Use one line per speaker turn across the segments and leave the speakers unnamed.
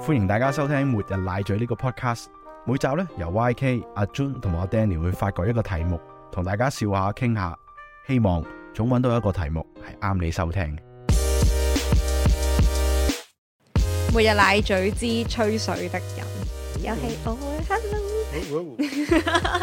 歡迎大家收聽《末日奶嘴》呢個 podcast。每集呢，由 YK、阿 Jun 同埋我 Danny 會發掘一個題目，同大家笑下、傾下，希望總揾到一個題目係啱你收聽。
每日奶嘴之吹水的人，又係我啊，hello。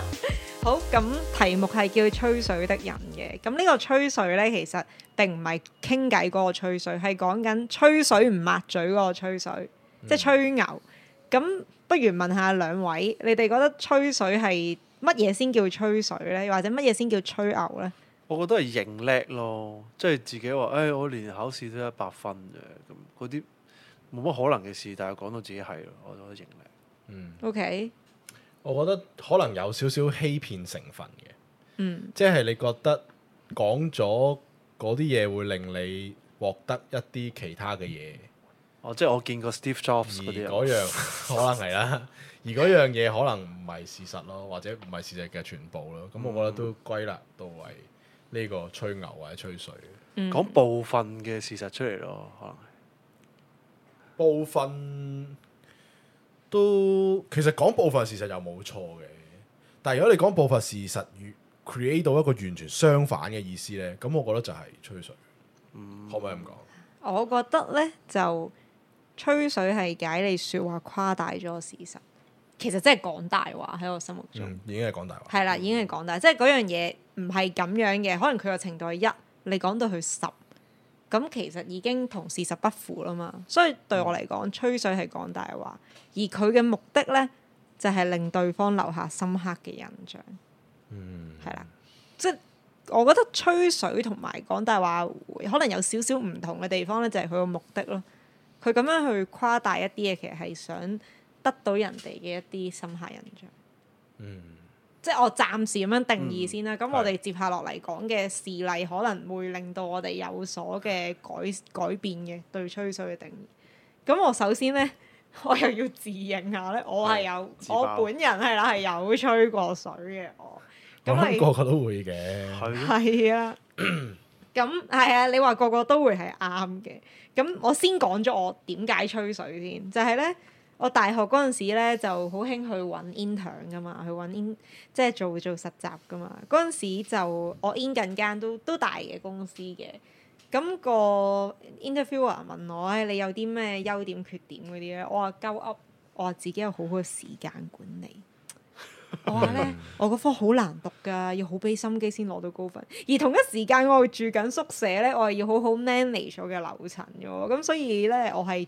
好， 咁題目係叫吹水的人嘅。咁呢個吹水呢，其實並唔係傾偈嗰個吹水，係講緊吹水唔抹嘴嗰個吹水，即係吹牛。咁不如問下兩位，你哋覺得吹水係乜嘢先叫吹水呢？或者乜嘢先叫吹牛呢？
我覺得係認叻咯，即係自己話，誒、哎我連考試都一百分嘅，咁嗰啲冇乜可能嘅事，但係講到自己係咯，我覺得認叻。
嗯，
OK，
我覺得可能有少少欺騙成分嘅，
嗯
即係你覺得講咗嗰啲嘢會令你獲得一啲其他嘅嘢，
哦，即係我見過 Steve Jobs 嗰
而
啲啊
嗰
人，
樣 可能係啦，而嗰樣嘢可能唔係事實咯，或者唔係事實嘅全部咯。咁我覺得都歸納到為呢個吹牛或者吹水
嗯，
講部分嘅事實出嚟咯，可能係。
部分都其實講部分事實又冇錯嘅，但係如果你講部分事實與 create 到一個完全相反嘅意思呢，咁我覺得就係吹水。
嗯
可唔可以咁講？
我覺得呢，就吹水係解你説話誇大咗事實，其實真係講大話喺我心目中。
嗯，已經係講大話。
係啦，已經係講大，即係嗰樣嘢唔係咁樣嘅，可能佢個程度係一，你講到佢十，咁其實已經同事實不符啦嘛。所以對我嚟講，吹水係講大話，而佢嘅目的呢，就係、令對方留下深刻嘅印象。嗯，係啦，即係我覺得吹水同埋講大話會可能有少少唔同嘅地方呢，就係佢個目的咯。佢咁樣去誇大一啲嘢，其實係想得到人哋嘅一啲深刻印象。即係我暫時咁樣定義先啦。咁、
嗯
我哋接下落嚟講嘅事例，可能會令到我哋有所嘅改改變嘅對吹水嘅定義。咁我首先呢，我又要自認下呢，我係有
自
我
爆
本人係啦，係有吹過水嘅我。
我
咁
諗
你
個個都會
嗯
嘅。
係咯
係啊， 咁係啊，你話個個都會係啱嘅。咁我先講咗我點解吹水先，就係、呢。我大學嗰陣時咧就好興去揾 intern 噶嘛，去揾 in 即係做做實習噶嘛。嗰陣時就我 in 緊間都都大嘅公司嘅，咁、個 interviewer 問我：，哎唉，你有啲咩優點缺點嗰啲咧？我話鳩噏，我話自己有好好嘅時間管理。我話 咧，我嗰科好難讀㗎，要好俾心機先攞到高分。而同一時間，我係住緊宿舍咧，我係要好好 manage 我嘅樓層嘅喎。咁所以咧，我係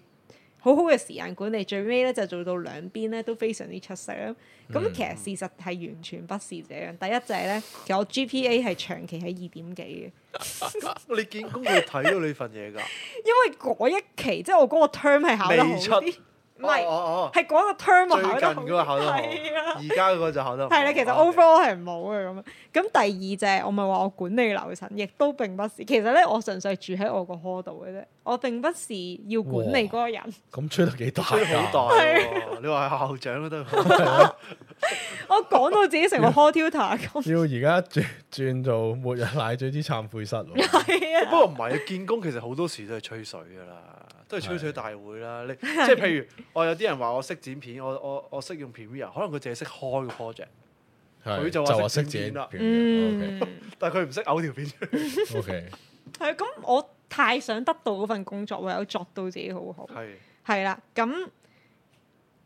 好好嘅時間管理，最尾咧就做到兩邊咧都非常之出色啦。咁
嗯
其實事實係完全不是這樣。第一就係咧，其實我 GPA 係長期喺二點幾嘅。
你見工佢睇到你份嘢㗎，
因為嗰一期即係我嗰個 term 係 考得好
未出
啲，唔係
哦哦
係嗰個 term
哦，
我
最
考得
近
好
嗰個
啲，
考得好，
係啊。
而家嗰個就考得唔好。
係啦，其實
哦
overall 係冇嘅咁樣。咁第二就係我咪話我管理樓層，亦都並不是。其實咧，我純粹係住喺我個 hall 度嘅啫，我並不是要管理嗰個人。
咁吹得幾大？啊
吹好大。喎，你話係校長 都得喎。
我講到自己 成個 hall tutor 咁，
要而家轉轉做末日奶嘴之懺悔室喎。
係啊，
不過唔係，見工其實好多時都係吹水㗎啦，都係吹水大會啦。 你即係譬如，我有啲人話我識剪片，我我我識用 Premiere，可能佢淨係識開個 project，
係
佢就話
就話
識剪
識自己
片啦
嗯，
但係佢唔識嘔條片出嚟。
O K，
係啊咁，我太想得到嗰份工作，唯有作到自己好好。
係
係啦，咁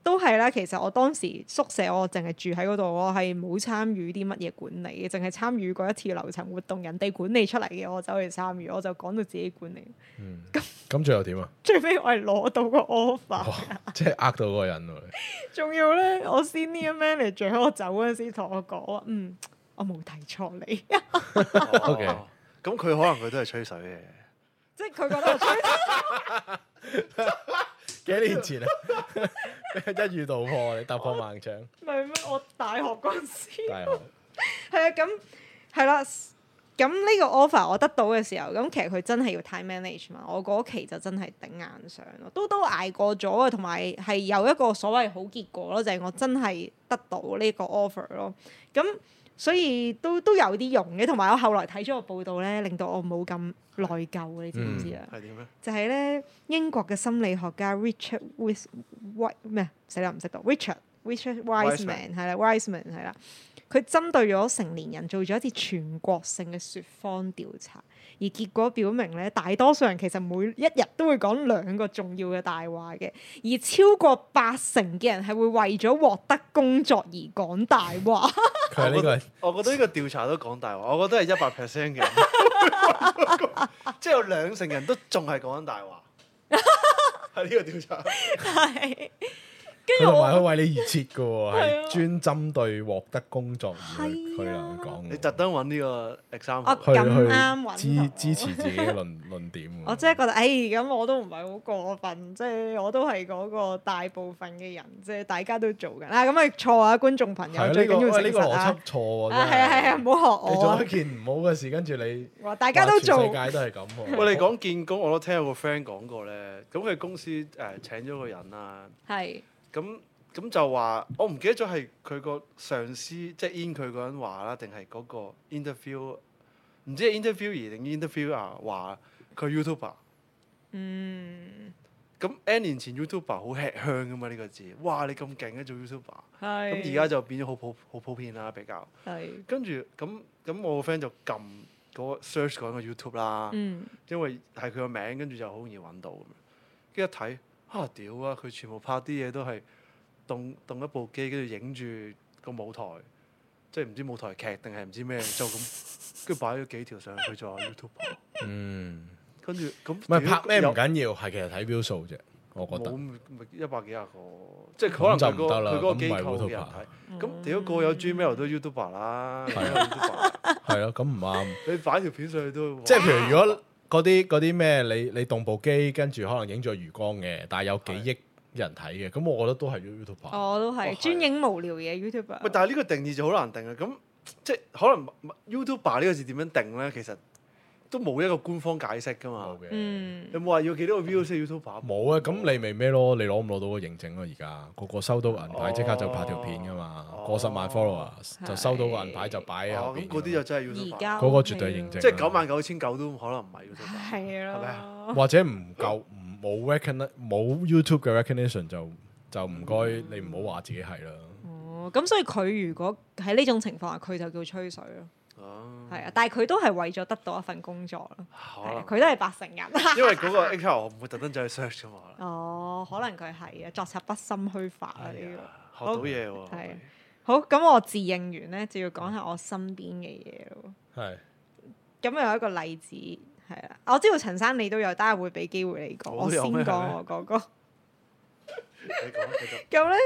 都係啦。其實我當時宿舍我淨係住喺嗰度，我係冇參與啲乜嘢管理嘅，淨係參與過一次樓層活動，人哋管理出嚟嘅我走去參與，我就講到自己管理。
咁最後點啊？
最尾我係攞到個 offer，
哇！即係呃到嗰個人喎。
仲要咧，我 senior manager 喺我走嗰陣時同我講話，嗯，我冇睇錯你，
OK
哦咁佢可能佢都係吹水嘅。
即係佢覺得我 吹
幾年 前啊，一語道破，你突破盲腸，
唔係咩？我大學嗰陣時。
大學
係啊，咁係啦，咁呢個 offer 我得到嘅時候，咁其實佢真係要 time management，我嗰期就真係頂硬上咯，都都捱過咗啊，同埋係有一個所謂好結果咯，就係、我真係得到呢個 offer 咯。咁所以都都有啲用嘅，同埋我後來睇咗個報道咧，令到我冇咁內疚，你知唔知啊？
係點咧？
就係咧英國嘅心理學家 Richard Wis Wi 咩啊死啦唔識讀 Richard Richard Wiseman 係啦 Wiseman 係啦，佢針對咗成年人做咗一次全國性嘅説謊調查，而結果表明咧，大多數人其實每一日都會講兩個重要嘅大話嘅，而超過八成嘅人係會為咗獲得工作而講大 話。
佢係呢個係
我覺得呢個調查都講大話，我覺得係一百 percent 嘅 人，即係有兩成人都仲係講緊大話。係呢個調查，
係，
佢
跟住
同埋佢
我
為你而設嘅喎，
係啊
係專針對獲得工作而去去
係
兩
啊
講喎。
你特登揾呢個 example，
我
去
咁啱揾
去
到
支支持自己嘅論論點喎。
我真係覺得，誒咁我都唔係好過分，即係我都係嗰個大部分嘅人，即係大家都做緊啦。咁咪錯啊，觀眾朋
係
友
啊呢
最
個
緊要
喂
誠
呢個
實
邏
啊
輯！錯喎。
啊，
真
係啊係啊，唔好
你
學我
做
啊
一！件唔好嘅事，跟住你
話大家都
話
做
全世，界都係咁喎。
喂，你講見工，我都聽有個 friend 講過咧，咁佢公司誒、呃、請咗個人啦，
係
咁咁就話我唔記得咗係佢個上司即係 in 佢嗰人話啦，定係嗰個 interview 唔知係 interviewee 定 interviewer 啊話佢 YouTuber。
嗯
咁 N 年前 YouTuber 好吃香噶嘛呢個字，哇你咁勁嘅做 YouTuber，
係。
咁而家就變咗好普好普遍啦比較。
係
跟住咁咁我個 friend 就撳嗰個 search 嗰個 YouTube 啦，
嗯
因為係佢個名，跟住就好容易揾到咁樣。跟住一睇，啊屌啊！佢全部拍啲嘢都係動動一部機，跟住影住個舞台，即係唔知舞台劇定係唔知咩，就咁跟住擺咗幾條上去做 YouTube。啊
嗯，
跟住咁
唔係拍咩
屌
唔緊要，係其實睇標數啫。我覺
冇
得
咪一百幾廿個，即係可能
就
佢
唔
個
得啦
佢嗰個機
咁咪
構嘅人
YouTuber
睇。咁屌個有 Gmail 都 YouTuber 啦，
係啊
有 YouTuber
係啊咯，咁唔啱。
你擺條片上去都
即係譬如如果嗰啲嗰啲咩，你你動部機跟住可能影咗魚缸嘅，但係有幾億人睇嘅，咁我覺得都係 YouTube。
我都
哦
係
係
專影無聊嘢 YouTuber。
喂，但係呢個定義就好難定啊。咁即係可能 YouTuber 呢個字點樣定咧？其實都冇一個官方解釋㗎嘛
冇。嘅，
嗯
有冇話要幾多個 view 先 YouTuber？
冇啊！咁你咪咩咯？你攞唔攞到個認證啊咯？而家個個收到銀牌即刻就拍條片噶嘛
哦，
過十萬 followers
係
就收到個銀牌就擺喺後
哦，
邊
咁
㗎嘛。
嗰啲就真係
而
YouTuber。
家
嗰個絕對認證
即係九萬九千九都可能唔係 YouTuber。
係
係咪
咯，
或者唔夠唔冇 recogni 冇 YouTube 嘅 recognition 就就唔該你唔好話自己係啦。
哦咁所以佢如果喺呢種情況下，佢就叫吹水咯。
哦，
係啊，但係佢都係為咗得到一份工作咯。
可
係啊
能
佢都係八成人。
哦因為嗰個 HR 我唔會特登走去 search 㗎嘛。
哦，可能佢係啊，作賊不心虛發啊
係
呢個。
啊，學到嘢喎。
係啊好，咁我自認完咧，就要講下我身邊嘅嘢咯。
嗯
係
咁有一個例子係啦，我知道陳生你都有，但係會俾機會你講，
我
我
都
先
有咩
講我嗰個。
你講繼續。
咁咧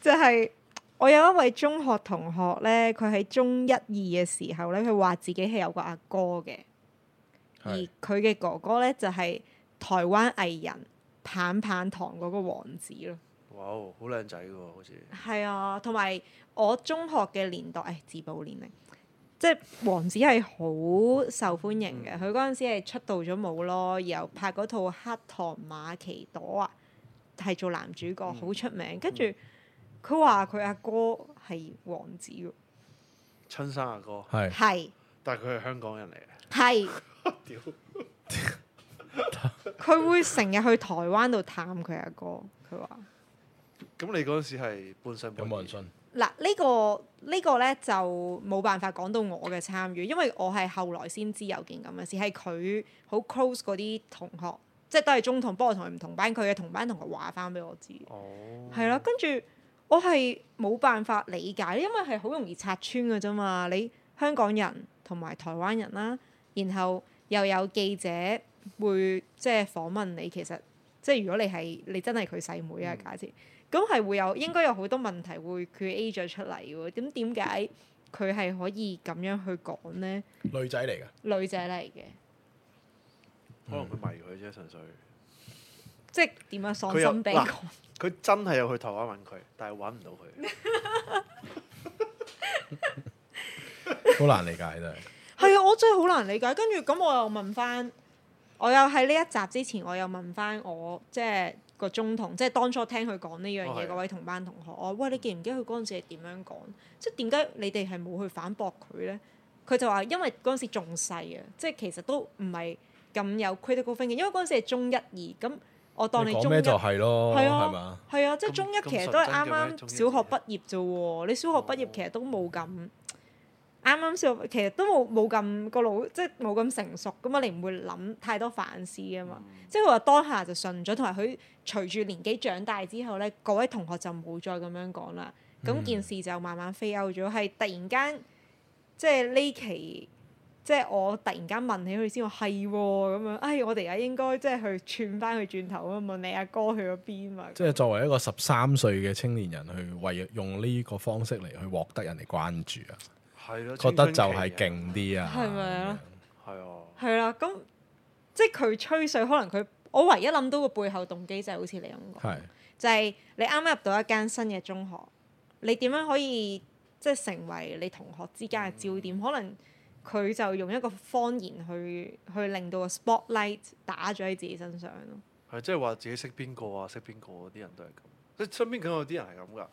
就係、我有一位中學同學咧，佢喺中一二嘅時候咧，佢話自己係有個阿哥嘅，而
係
佢嘅哥哥咧就係、台灣藝人棒棒堂嗰個王子咯。
哇，好靚仔嘅喎，好似
係啊，同埋我中學嘅年代，誒、哎自暴年齡，即係王子係好受歡迎嘅。佢嗰陣時係出道咗冇咯，然後拍嗰套《黑糖瑪奇朵》啊，係做男主角，好出名。跟住佢話佢阿哥係王子喎，
親生阿哥，
係
係
但係佢係香港人嚟嘅。
係。
屌，
佢會成日去台灣度探佢阿哥，佢話。
咁你嗰陣時係半信
有
半疑
冇人信？
嗱，呢、個呢、個咧就冇辦法講到我嘅參與，因為我係後來先知有件咁嘅事，係佢好 close 嗰啲同學，即係都係中同，不過我同佢唔同班，佢嘅同班同學話翻俾我知，
哦，
係啦、跟住我係冇辦法理解，因為係好容易拆穿嘅啫嘛，你香港人同埋台灣人啦，然後又有記者會即係訪問你，其實即係如果你係你真係佢細妹啊，
嗯
假設。咁係會有應該有好多問題會 create 咗出嚟喎。咁點解佢係可以咁樣去講呢？
女仔嚟㗎。
女仔嚟嘅，
可能佢迷佢啫，純粹
即係點樣喪
佢有
心病
嗱
狂？
佢真係有去台灣揾佢，但係揾唔到佢。
好難理解真係。
係啊，我真係好難理解。跟住咁我又問翻，我又喺呢一集之前，我又問翻我即係個中同，即係當初聽佢講呢樣
哦係
嘢
啊
嗰位同班同學，我話喂，你記唔記得佢嗰陣時係點樣講？即係點解你哋係冇去反駁佢呢？佢就話因為嗰陣時仲細啊，即係其實都唔係咁有 critical thinking，因為嗰陣時係中一二，咁我當你
你講
中
咩
一
就係咯，
係
係
啊
嘛？，
係啊，即係
咁
中一
咁
其實
純
都係
真
啱
嘅咩
啱
中一
小學
而
畢業啫喎，你小學畢業
哦
其實都冇咁啱啱小學，其實都冇冇咁個腦，即係冇咁成熟噶嘛，你唔會諗太多反思噶
嗯
嘛。即係佢話當下就信咗，同埋佢隨住年紀長大之後咧，各位同學就冇再咁樣講啦。咁、
嗯
件事就慢慢飛歐咗，係突然間即係呢期。即係我突然間問起佢先話係喎咁樣，哎，我哋而家應該即係去串翻佢轉頭啊，問你阿哥去咗邊嘛？
即係作為一個十三歲嘅青年人，去為用呢個方式嚟去獲得人哋關注啊，
係咯，
覺得就
係
係，勁啲啊，
係咪啊
啊係啊，
係啦，咁即係佢吹水，可能佢我唯一諗到個背後動機就係好似你咁講，
咁樣？係
就係你啱啱入到一間新嘅中學，你點樣可以即係成為你同學之間嘅焦點？可能佢就用一個方言去去令到個 spotlight 打咗喺自己身上咯。
係啊即係話自己識邊個啊，識邊個嗰啲人都係咁，即係身邊梗有啲人係咁㗎。哇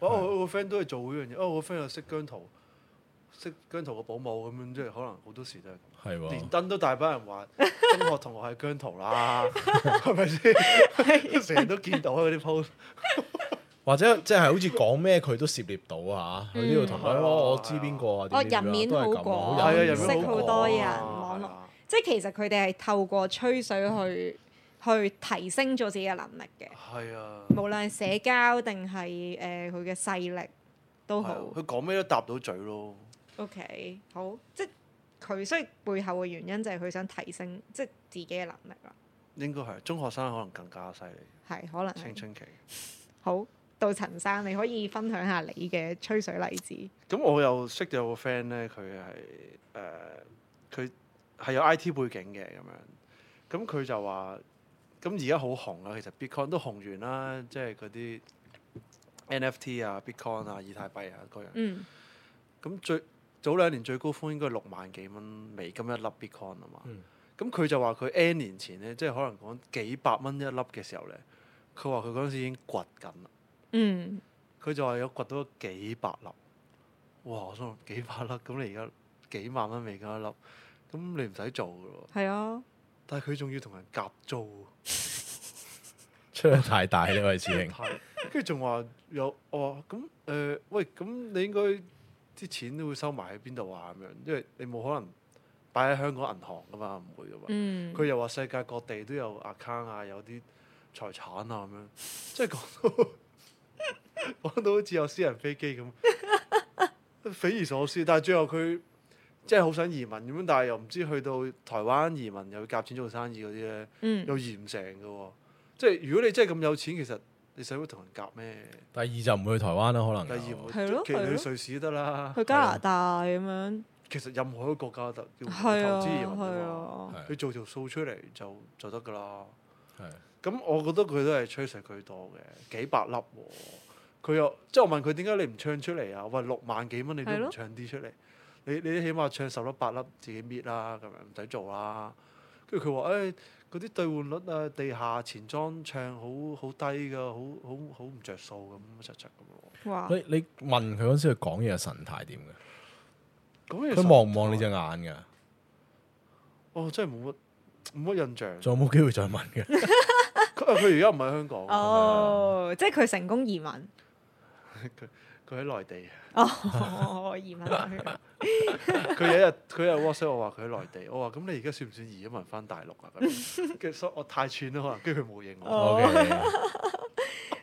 係
我我個 friend 都係做嗰樣嘢，哦，我個 friend 又識姜濤，識姜濤個保姆咁樣，即係可能好多時都係咁。
係喎
連。登都大班人話中學同學係姜濤啦，係咪先？成日都見到啊嗰啲 post，
或者即係好似講咩佢都涉獵到啊！佢呢度同佢
嗯
哦我知邊個啊，
哦
點點點啊
人面
都係咁
好
啊
廣
好
係啊，
人
入
面
識
面
好
好
多人
廣啊
網絡
係啊
即係其實佢哋係透過吹水去去提升咗自己嘅能力嘅，
係啊，
無論係社交定係誒佢嘅勢力都
係啊
好。
佢講咩都答到嘴咯。
OK，好，即係佢所以背後嘅原因就係佢想提升即係自己嘅能力啦，
應該係中學生可能更加犀利，
係可能
青
係
春期。
好。到陳生，你可以分享下你嘅吹水例子。
咁我又識有個 friend 咧，佢係誒佢係有 I T 背景嘅咁樣，咁佢就話咁而家好紅啊，其實 Bitcoin 都紅完啦，即係嗰啲 N F T 啊、Bitcoin 啊、以太幣啊嗰樣。
嗯，
咁最早兩年最高峰應該六萬幾蚊美金一粒 Bitcoin 啊嘛
嗯。
咁佢、就話佢 N 年前咧，即係可能講幾百蚊一粒嘅時候咧，佢話佢嗰陣時已經掘緊啦。
嗯，
佢就話有掘到幾百粒。哇！我心諗幾百粒，咁你而家幾萬蚊美金一粒，咁你唔使做㗎喎。
係啊，
但係佢仲要同人夾租
出得太大呢位師
喎，
兄，
太跟住仲話有我話咁誒，喂咁你應該啲錢都會收埋喺邊度啊？咁樣，因為你冇可能擺喺香港銀行㗎嘛，唔會㗎嘛。
嗯，
佢又話世界各地都有 account 啊，有啲財產啊咁樣， 即係講到 講到好似有私人飛機咁，匪夷所思。但係最後佢即係好想移民咁樣，但係又唔知去到台灣移民又要夾錢做生意嗰啲咧，
嗯，
又移唔成嘅喎。即係如果你真係咁有錢，其實你使乜同人夾咩？
第二就唔會去台灣啦，可能
第二唔
係咯
會其實你
係咯
去瑞士都得啦。
去加拿大咁樣，
其實任何一個國家都得，要
係啊，
投資移民
係
㗎嘛。
啊，
係
你做條數出嚟就就得㗎啦。
係
咁我覺得佢都係吹水佢多嘅，幾百粒喎、佢又即係我問佢點解你唔唱出嚟啊？喂，六萬幾蚊你都
係咯
唔唱啲出嚟，你你起碼唱十粒八粒自己搣啦，咁樣唔使做啦。跟住佢話：誒嗰啲兌換率啊，地下錢莊唱好好低㗎，好好好唔着數咁實實咁
哇，
你你問佢嗰陣時，佢講嘢嘅神態點嘅？
喎。咁
佢望唔望你隻眼㗎？
我哦真係冇乜冇乜印象。
仲有冇機會再問嘅？
佢啊佢而家唔喺香港，
哦，即係佢成功移 民，
佢喺內地。
哦，移民落去，
佢有一日佢有 WhatsApp 我話佢喺內地，我話咁你而家算唔算移民翻大陸啊？ 咁跟住所以我太串啦，可能跟住佢冇應我。
哦
OK，啊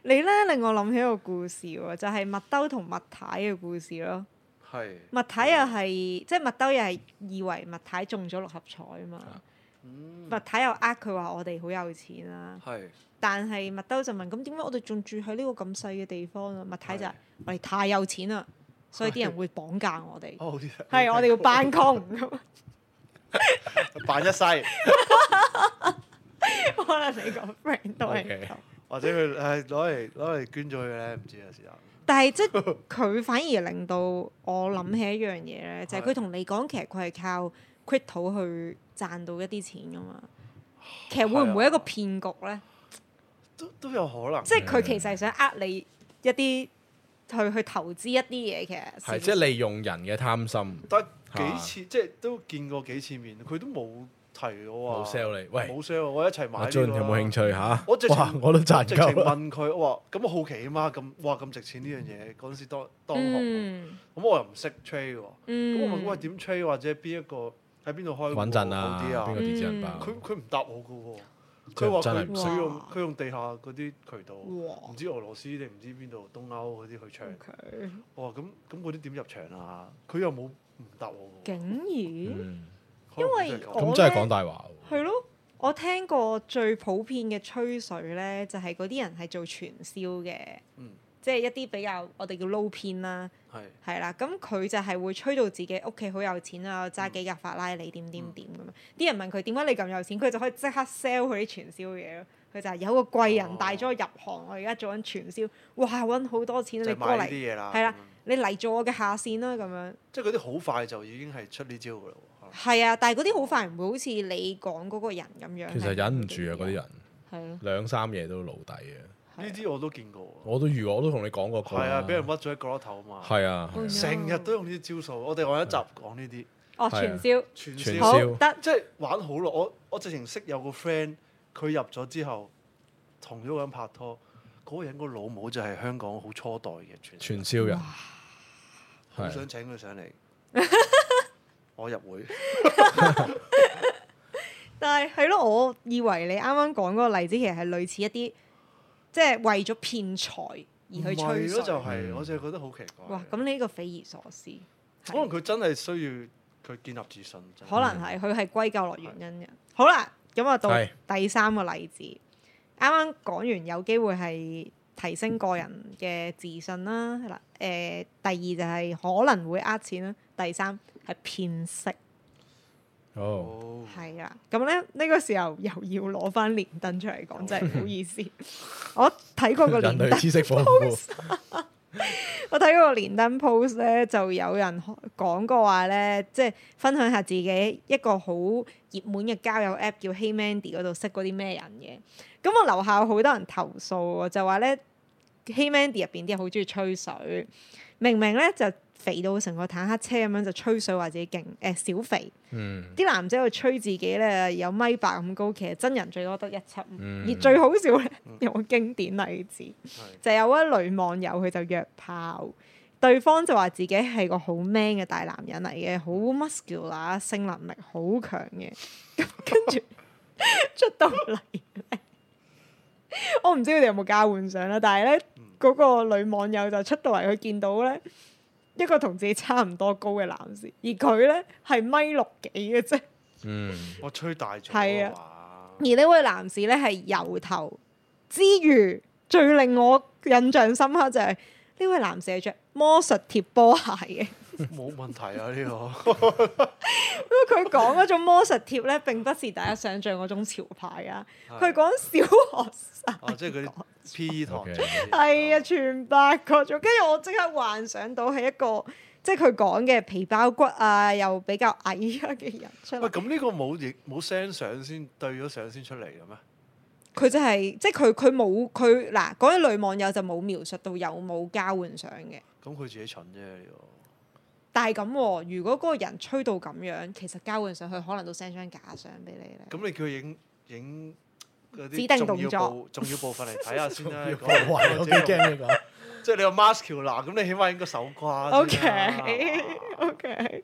你咧令我諗起一個故事喎，就係麥兜同麥太嘅故事咯。
係
麥太又
嗯
係即係麥兜又係以為麥太中咗六合彩啊嘛
啊，
嗯
麥太又呃佢話我哋好有錢啦、
係
但係麥兜就問咁點解我哋仲住喺呢個咁細嘅地方啊？麥太就話
係
我哋太有錢啦，所以啲人會綁架我哋，
哦，好啲
係我哋要扮窮。
扮一世，
可能你個 friend 都係
OK
咁
或者佢誒攞嚟攞嚟捐咗佢咧，唔知啊是但。
但係即係佢反而令到我諗起一樣嘢 咧，就係
係
佢同你講，其實佢係靠 crypto
啊
去賺到一啲錢噶嘛。其實會唔會一個騙局咧？
都都有可能。
即係佢其實係想呃你一啲去去投資一啲嘢嘅。
係即係利用人嘅貪心，
但幾次即係都見過幾次面，佢都冇提我
冇
話
sell 你。喂，
冇 sell 我我一齊買
阿
呢
俊
個啦。
有冇興趣嚇？
我直情
哇！我都賺
直情
夠啦。
問佢，我話咁我好奇啊嘛，咁哇咁值錢呢樣嘢嗰陣時當當學，
嗯
咁我又唔識 trade 喎，
嗯，
咁我問喂點 trade 或者邊一個喺邊度開戶
穩陣
好
啊，
啲
邊個
啊？
電子銀包？
佢佢唔答我嘅喎，
真
佢話
真係
佢
唔
識
佢用
哇
佢用地下嗰啲渠道，唔
哇
知俄羅斯定唔知邊度東歐嗰啲去 trade，
，OK，
我話咁咁嗰啲點入場啊？佢又冇唔答我喎，
竟然
嗯
可能佢
因為
真係咁
我
咁真係講大話
哦
喎。
係咯。我聽過最普遍嘅吹水咧，就係嗰啲人係做傳銷嘅，
嗯
即係一啲比較我哋叫撈偏啦，
係
係啦。咁佢就係會吹到自己屋企好有錢啊，
嗯
揸幾架法拉利點點點咁樣。啲人問佢點解你咁有錢，佢就可以即刻 sell 佢啲傳銷嘢咯。佢就係有個貴
哦
人帶咗我入行，我而家做緊傳銷，哇揾好多錢，
就
你
係
過
買呢
嚟，
啲嘢啦，
係啦
咁樣
你嚟做我嘅下線啦咁樣。
即係嗰啲好快就已經係出呢招㗎啦喎。可能
係啊，但係嗰啲好快唔會好似你講嗰個人咁樣。
其實忍唔住啊，嗰啲
人。
人
係咯。
兩三嘢都老底嘅。
係啊
呢啲我都見過喎。
我都遇過，我都同你講過佢
係啊，俾人屈咗喺角落頭啊嘛。
係啊，
嗯
成日都用呢啲招數，我哋我有一集講呢
哦，
係啊
傳銷
啲
傳
傳
銷
銷，
好得
即係玩好耐。我我直情識有個 friend，佢入咗之後同咗個人拍拖，嗰、個人個老母就係香港好初代嘅傳銷，
傳銷人
好
係
想請佢上嚟，我入會。
但係係咯，我以為你啱啱講嗰個例子其實係類似一啲，即係為咗騙財而去
唔
吹
係咯，
水。
就係、
嗯
我就係覺得好奇怪。
哇！咁你呢個匪夷所思，
可能佢真係需要佢建立自信。啊真係
可能係佢係歸咎落原因嘅。好啦，咁啊到
係
第三個例子，啱啱講完有機會係提升個人嘅自信啦。嗱，誒、第二就係可能會呃錢啦，第三係騙色。
哦，
哦，
係啦，咁咧呢個時候又要攞翻連登出嚟講，真係唔好意思。 我睇過個連
哦人
登
類，知識豐富，
我睇過個連登 post 咧，就有人講過話咧，即係分享下自己一個好熱門嘅交友 app 叫 Hey Mandy 嗰度識嗰啲咩人嘅。咁我樓下有好多人投訴喎，就話咧 Hey Mandy 入邊啲人好中意吹水，明明咧就肥到成個坦克車咁樣就吹水話自己勁誒、小肥。
嗯
啲男仔喺度吹自己咧有米八咁高，其實真人最多得一七五。
嗯
而最好笑咧
嗯，
有個經典例子，
係
就有一女網友佢就約炮，對方就話自己係個好 man 嘅大男人嚟嘅，好 muscular，性能力好強嘅。咁跟住出到嚟呢我唔知佢哋有冇交換相啦，但係咧嗰個女網友就出到嚟，佢見到咧一個同自己差唔多高嘅男士，而佢咧係米六幾嘅啫。
嗯，
我吹大咗
係
啊
而呢位男士咧係由頭之餘，最令我印象深刻就係、呢位男士係着魔術貼波鞋嘅，
嘛，冇問題啊呢個。
因為佢講嗰種魔術貼咧並不是大家想象嗰種潮牌啊，佢
係
講小學生
哦，即係嗰啲 P.E. 堂
OK
係啊，全白嗰種，跟住我即刻幻想到係一個即係佢講嘅皮包骨啊，又比較矮啊嘅人出嚟，
喂，咁呢個冇影冇 send 相先對咗相先出嚟嘅咩？
佢就係、即係佢佢冇佢嗱嗰位女網友就冇描述到有冇交換相嘅。
咁佢自己蠢啫呢個。
但係咁喎，如果嗰個人吹到咁樣，其實交換上去可能都 send 張假相俾你咧。
咁你叫佢影影嗰
指定
啲
動作
重要部重要部分嚟睇下先啦。
哇！
講
我幾驚你講，
即係你個 muscular，咁你起碼影個手瓜
O
先啦。
K O K，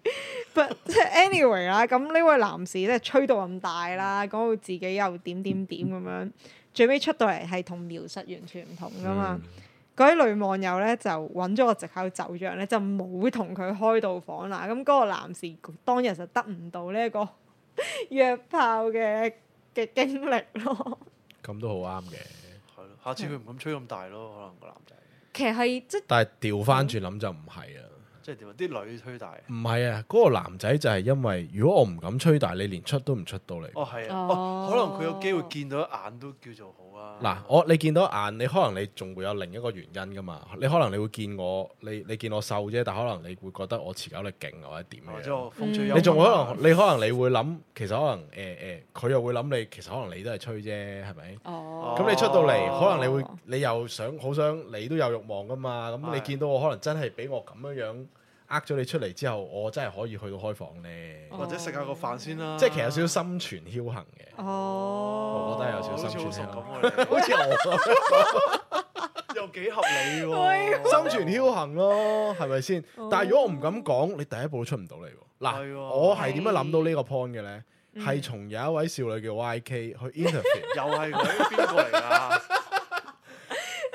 不即係 anyway 啦。咁呢位男士即係吹到咁大啦，
嗯
講到自己又點點點咁樣，最尾出到嚟係同描述完全唔同噶嘛。
嗯
嗰啲女網友咧就揾咗個藉口走咗人咧，就冇同佢開到房啦。咁嗰個男士當日就得唔到呢一個 約炮嘅嘅經歷咯。
咁都好啱嘅。
係咯，下次佢唔敢吹咁大咯，可能個男仔
其實係即
但係調翻轉諗就唔係啊，
即係點啊？啲女推大，
唔係啊，嗰、個男仔就係因為如果我唔敢吹大，你連出都唔出到嚟。
哦係啊，
哦
哦可能佢有機會見到一眼都叫做好啊。
嗱，我你見到眼，你可能你仲會有另一個原因噶嘛？你可能你會見我，你你見我瘦啫，但可能你會覺得我持久力勁或者點
或
樣
者。我風
嗯
趣幽默啊
你仲可能你可能你會諗，其實可能誒誒，佢、又會諗你，其實可能你都係吹啫，係咪？
哦
咁你出到嚟，
哦
可能你會你又想好想你都有慾望噶嘛？咁你
係
見到我可能真係俾我咁樣樣呃咗你出嚟之後，我真係可以去到開房呢。
哦
或者食下個飯先啦。
即係其實有少少心存僥倖嘅，
哦，
我覺得有少
好
少
似
心啊
好熟
存
咁
僥
喎你
好似我咁
又幾合 理喎。
心存僥倖咯，係咪先？但係如果我唔敢講，你第一步都出唔到嚟喎。
哦係
嗱，
喎
我係點樣諗到呢個 point 嘅咧？
嗯
係從有一位少女叫 YK 去 interview，
又係佢邊個嚟㗎？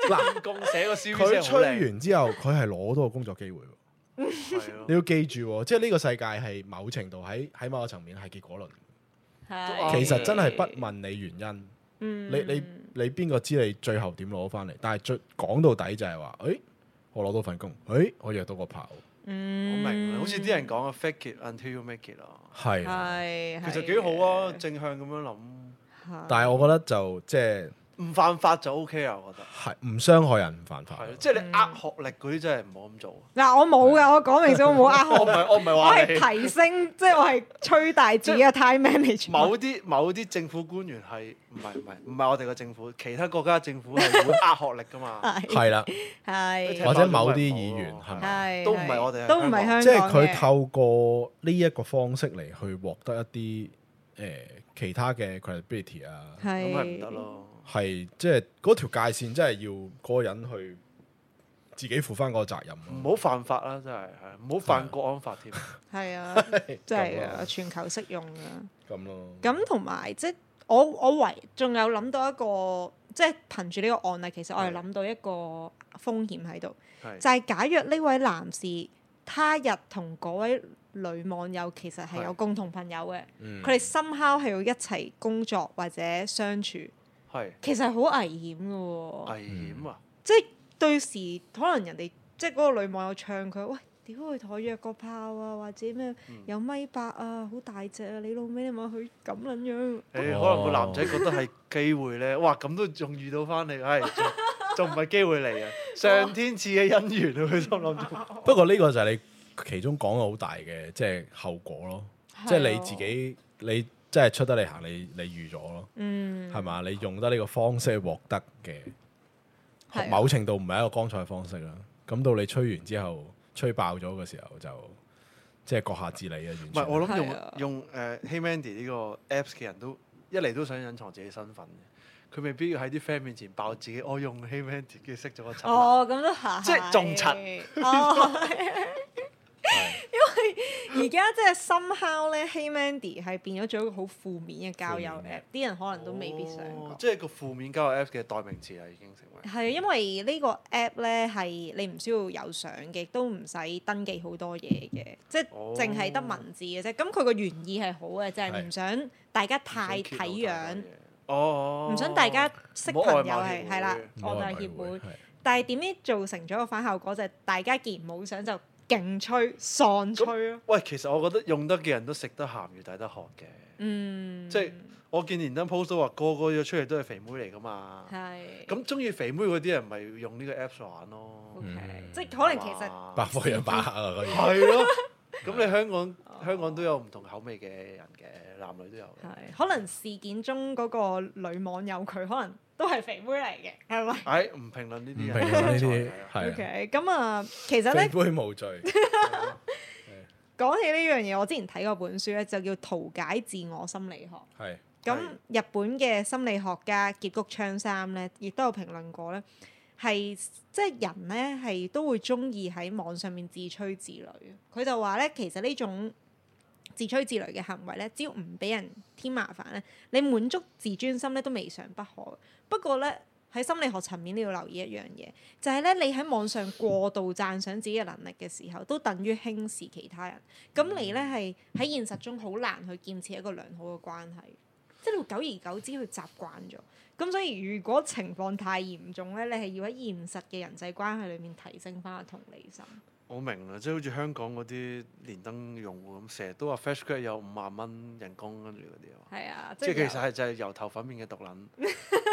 嗱，
咁寫個 CV
佢
真係好靚。
吹完之後，佢係攞到個工作機會喎。
係咯
你要記住喎，即係呢個世界係某程度喺喺某個層面係結果論。
係
哦
其實真係不問你原因，
嗯
你你你邊個知你最後點攞翻嚟？但係最講到底就係話，誒、我攞到份工，誒、我約到個炮，
我
嗯
明啦，好似啲人講嘅 fake it until you make it 啊，
係啊。
係
其實幾好啊，正向咁樣諗，
啊
但係我覺得就即係
唔犯法就 OK 啊，我覺得。
係唔傷害人唔犯法
係。咯，即係你呃學歷嗰啲真係唔好咁做。
嗱，我冇噶，我講明先，我冇 呃
我
我
唔係我唔係
我
話
係
你。
提升，即係我係吹大自己嘅 time management。
某啲某啲政府官員係唔係唔係唔係我哋嘅政府，其他國家政府係會呃學歷噶嘛，
係
係啦，
啊係
或者某啲議員係咪？
係
都唔啊係我哋係啊
都唔係香港嘅
即係佢透過呢一個方式嚟去獲得一啲誒、其他嘅 credibility 啊，
咁
係
係唔得咯。
係即係嗰條界線真係要嗰個人去自己負翻嗰個責任
唔
咯。
好犯法啦，真係係唔好犯國安法添。
係 啊，即
咁
係
咯
啊，全球適用啊。
咁咯。
咁同埋即係我我唯仲有諗到一個，即係憑住呢個案例，其實我係
係
諗到一個風險喺度，
係
就係假若呢位男士他日同嗰位女網友其實係
係
有共同朋友嘅，
嗯
佢哋深烤係要一齊工作或者相處，
係
其實係好危險嘅喎。
危險啊！
即係對時可能人哋即係嗰個女網友唱佢，喂，屌佢同我約個炮啊，或者咩
嗯
有米八啊，好大隻啊，你老味你咪去咁撚樣。
誒，可能個男仔覺得係機會咧， 哇！咁都仲遇到翻你，係仲仲唔係機會嚟啊？上天賜嘅姻緣啊！佢心諗住，
不過呢個就係你其中講嘅好大嘅即係後果咯，即係你自
係啊，
己你真係出得嚟行，你你預咗咯，
嗯，
係嘛？你用得呢個方式去獲得嘅，
係啊
某程度唔係一個光彩嘅方式啦。咁到你吹完之後，吹爆咗嘅時候就即係閣下自理啊，完
唔
全
係我諗
係啊
用用誒 Hey Mandy 呢個 apps 嘅人都一嚟都想隱藏自己身份嘅，佢未必要喺啲 friend 面前爆自己。我用 Hey Mandy 嘅識咗個親。
哦，咁都係，
即係仲柒
哦，因為而家即係 somehow 咧，Hey Mandy 係變咗做一個好負面嘅交友
負
app，
面
啲人可能都未必想講
哦。即係個負面交友 Apps 嘅代名詞啦，已經成為。
係啊，因為呢個 app 咧係你唔需要有相嘅，亦都唔使登記好多嘢嘅，即係
哦
淨係得文字嘅啫。咁佢個原意係好嘅，就係
係
唔想大家
唔想
太
揭
睇
露太多
樣
嘢，。哦，
唔想大家識朋友係
唔好外貌協會
係啦，
唔
我
好
就
話
係
唔係
協會
會。係
但係點知造成咗個反效果就係大家既然冇相就勁吹喪吹咯。
喂，其實我覺得用得嘅人都食得鹹魚抵得渴嘅。
嗯，
即係我見連登 post 都話個個約出嚟都係肥妹嚟㗎嘛。
係
咁中意肥妹嗰啲人咪用呢個 Apps 玩咯。
OK，
嗯
即係可能其實
哇
百貨人百客啊，嗰啲
係 咯。咁你香港香港都有唔同口味嘅人嘅，男女都有嘅。
哦係可能事件中嗰個女網友佢可能都係肥妹嚟嘅，係咪？
唉，唔評論呢
唔
啲
平
人
呢
係
啲
啊
係啊
OK，咁啊，其實
非
咧
杯無罪。
講起呢樣嘢，我之前睇過本書咧，就叫《圖解自我心理學》。
係
咁
係
日本嘅心理學家結谷昌三咧，亦都有評論過咧，係即係人咧係都會中意喺網上面自吹自擂嘅。佢就話咧，其實呢種自吹自擂嘅行為咧，只要唔俾人添麻煩咧，你滿足自尊心咧都未嘗不可。不過咧喺心理學層面，你要留意一樣嘢，就係咧你喺網上過度讚賞自己嘅能力嘅時候，都等於輕視其他人。咁你咧係喺現實中好難去建設一個良好嘅關係，即係你會久而久之去習慣咗。咁所以如果情況太嚴重咧，你係要喺現實嘅人際關係裏面提升翻個同理心。
我明啦，即係好似香港嗰啲連登用戶咁，成日都話 fresh grad 有五萬蚊人工，跟住嗰啲啊嘛。
係啊，
即係
係
其
有
實係就係油頭粉面嘅毒 撚，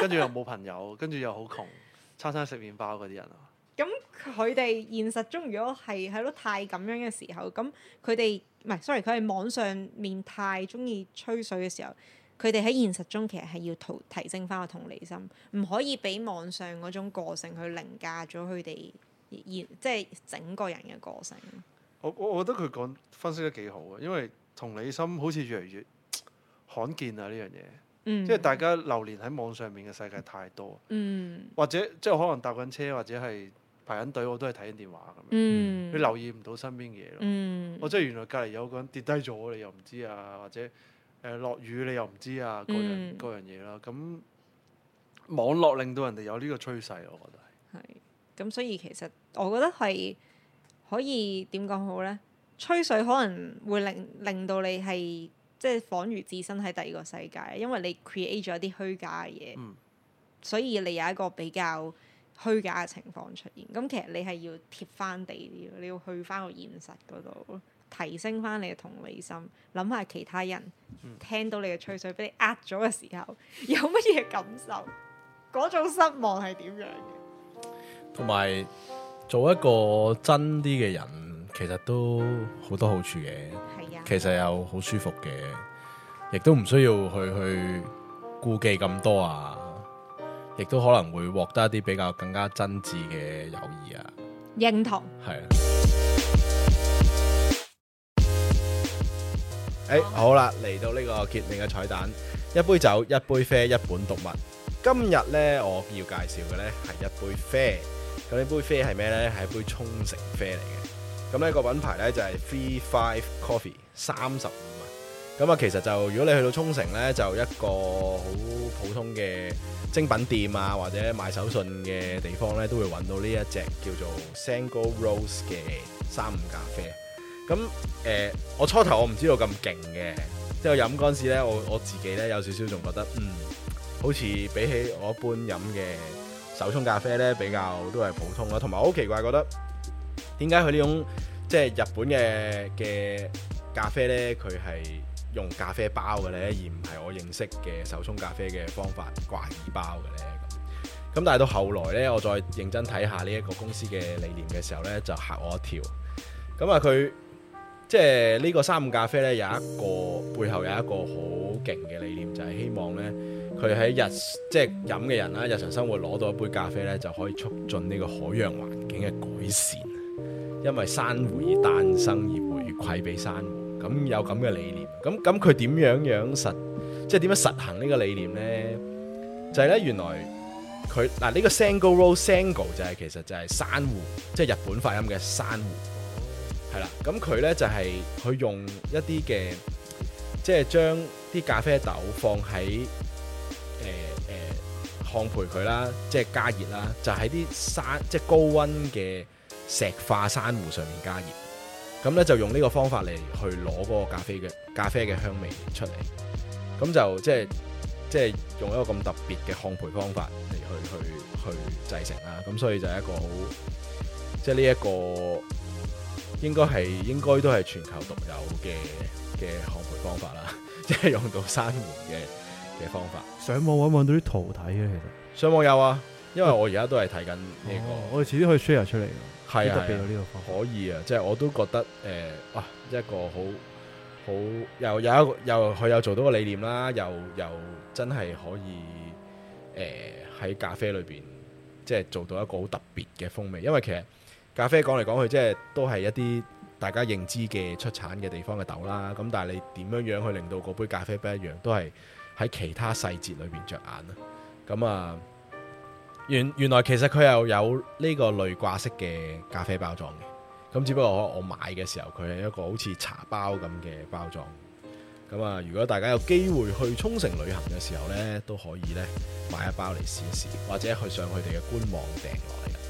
跟住又冇朋友，跟住又好窮，餐餐食麵包嗰啲人啊。
咁佢哋現實中如果係係咯太咁樣嘅時候，咁佢哋唔係，sorry，佢係網上面太中意吹水嘅時候，佢哋喺現實中其實係要淘提升翻個同理心，唔可以俾網上嗰種個性去凌駕咗佢哋現即係整個人嘅個性。
我我我覺得佢講分析得幾好啊，因為同理心好似越嚟越罕見啊呢樣嘢，
嗯，
即係大家流連喺網上面嘅世界太多，
嗯
或者即係可能搭緊車或者係排緊隊，我都係睇緊電話咁樣，
嗯
你留意唔到身邊嘅嘢咯。
嗯
我即係原來隔離有個人跌低咗，你又唔知啊，或者誒落、雨你又唔知啊，嗰樣、
嗯
嗰樣嘢啦。咁網絡令到人哋有呢個趨勢，我覺得係。
係，咁所以其實我覺得係可以點講好咧？吹水可能會令令到你係即係彷如置身喺第二個世界，因為你 create 咗啲虛假嘅嘢，
嗯
所以你有一個比較虛假嘅情況出現。咁其實你係要貼翻地啲咯，你要去翻個現實嗰度，提升翻你嘅同理心，諗下其他人聽到你嘅吹水俾你呃咗嘅時候，有乜嘢感受？嗰種失望係點樣嘅？
同埋做一個真啲嘅人，其實都好多好處嘅。
係啊，
其實又好舒服嘅，亦都唔需要去去顧忌咁多啊，亦都可能會獲得一啲比較更加真摯嘅友誼啊，
認同。
係啊。誒、好啦，嚟到呢個結定嘅彩蛋，一杯酒、一杯啡、一本讀物。今日呢，我要介紹嘅呢係一杯啡。咁呢杯啡係咩呢？係一杯沖繩啡嚟嘅。咁呢個品牌呢，就係 Three Five Coffee 三十五啊。咁啊，其實就如果你去到沖繩呢，就一個好普通嘅精品店啊，或者賣手信嘅地方呢，都會揾到呢一隻叫做 Sango Rose 嘅三五咖啡。咁誒、呃我初頭我唔知道咁勁嘅，即係我飲嗰陣時咧，我我自己咧有少少仲覺得，嗯，好似比起我一般飲嘅手沖咖啡咧，比較都係普通啦。同埋我好奇怪覺得，點解佢呢種即係日本嘅嘅咖啡咧，佢係用咖啡包嘅咧，而唔係我認識嘅手沖咖啡嘅方法掛耳包嘅咧？咁咁但係到後來咧，我再認真睇下呢一個公司嘅理念嘅時候咧，就嚇我一跳。咁啊，佢即係呢個三五咖啡呢，有一個背後有一個好勁嘅理念，就係、希望呢，佢喺日即係飲嘅人啦，日常生活攞到一杯咖啡呢，就可以促進呢個海洋環境嘅改善，因為珊瑚以誕生而回饋俾珊瑚，咁有咁嘅理念。咁咁佢點樣樣實，即係點樣實行呢個理念呢？就係、呢，原來佢嗱呢個 Sango Rose Sango 就係、其實就係珊瑚，即係日本發音嘅珊瑚。係啦，咁佢咧就係、佢用一啲嘅，即係將啲咖啡豆放喺誒誒烘焙佢啦，即係加熱啦，就喺啲山即係高温嘅石化珊瑚上面加熱。咁咧就用呢個方法嚟去攞嗰個咖啡嘅咖啡嘅香味出嚟。咁就即係即係用一個咁特別嘅烘焙方法嚟去去去製成啦。咁所以就係一個好即係呢一個。應該係應該都係全球獨有嘅嘅烘焙方法啦， 即係用到珊瑚嘅嘅方法。
上網揾揾到啲圖睇嘅，其實。
上網有啊，因為我而家都係睇緊呢
哦我哋遲啲可以 share 出嚟嘅，
個，係
幾特
啊
別啊呢個方法。
可以啊，即係我都覺得誒、哇，一個好好又有一個又佢又做到個理念啦，又又真係可以誒喺、咖啡裏邊即係做到一個好特別嘅風味，因為其實咖啡講嚟講去即係都係一啲大家認知嘅出產嘅地方嘅豆啦，咁但係你點樣樣去令到嗰杯咖啡不一樣，都係喺其他細節裏邊着眼啦。咁啊〜原原來其實佢又有呢個濾掛式嘅咖啡包裝嘅，咁只不過我我買嘅時候佢係一個好似茶包咁嘅包裝。咁啊，如果大家有機會去沖繩旅行嘅時候呢，都可以呢買一包嚟試一試，或者去上佢哋嘅官網訂落嚟。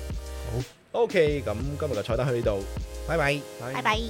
好，OK，咁今日嘅彩蛋去呢度，拜拜。
拜拜。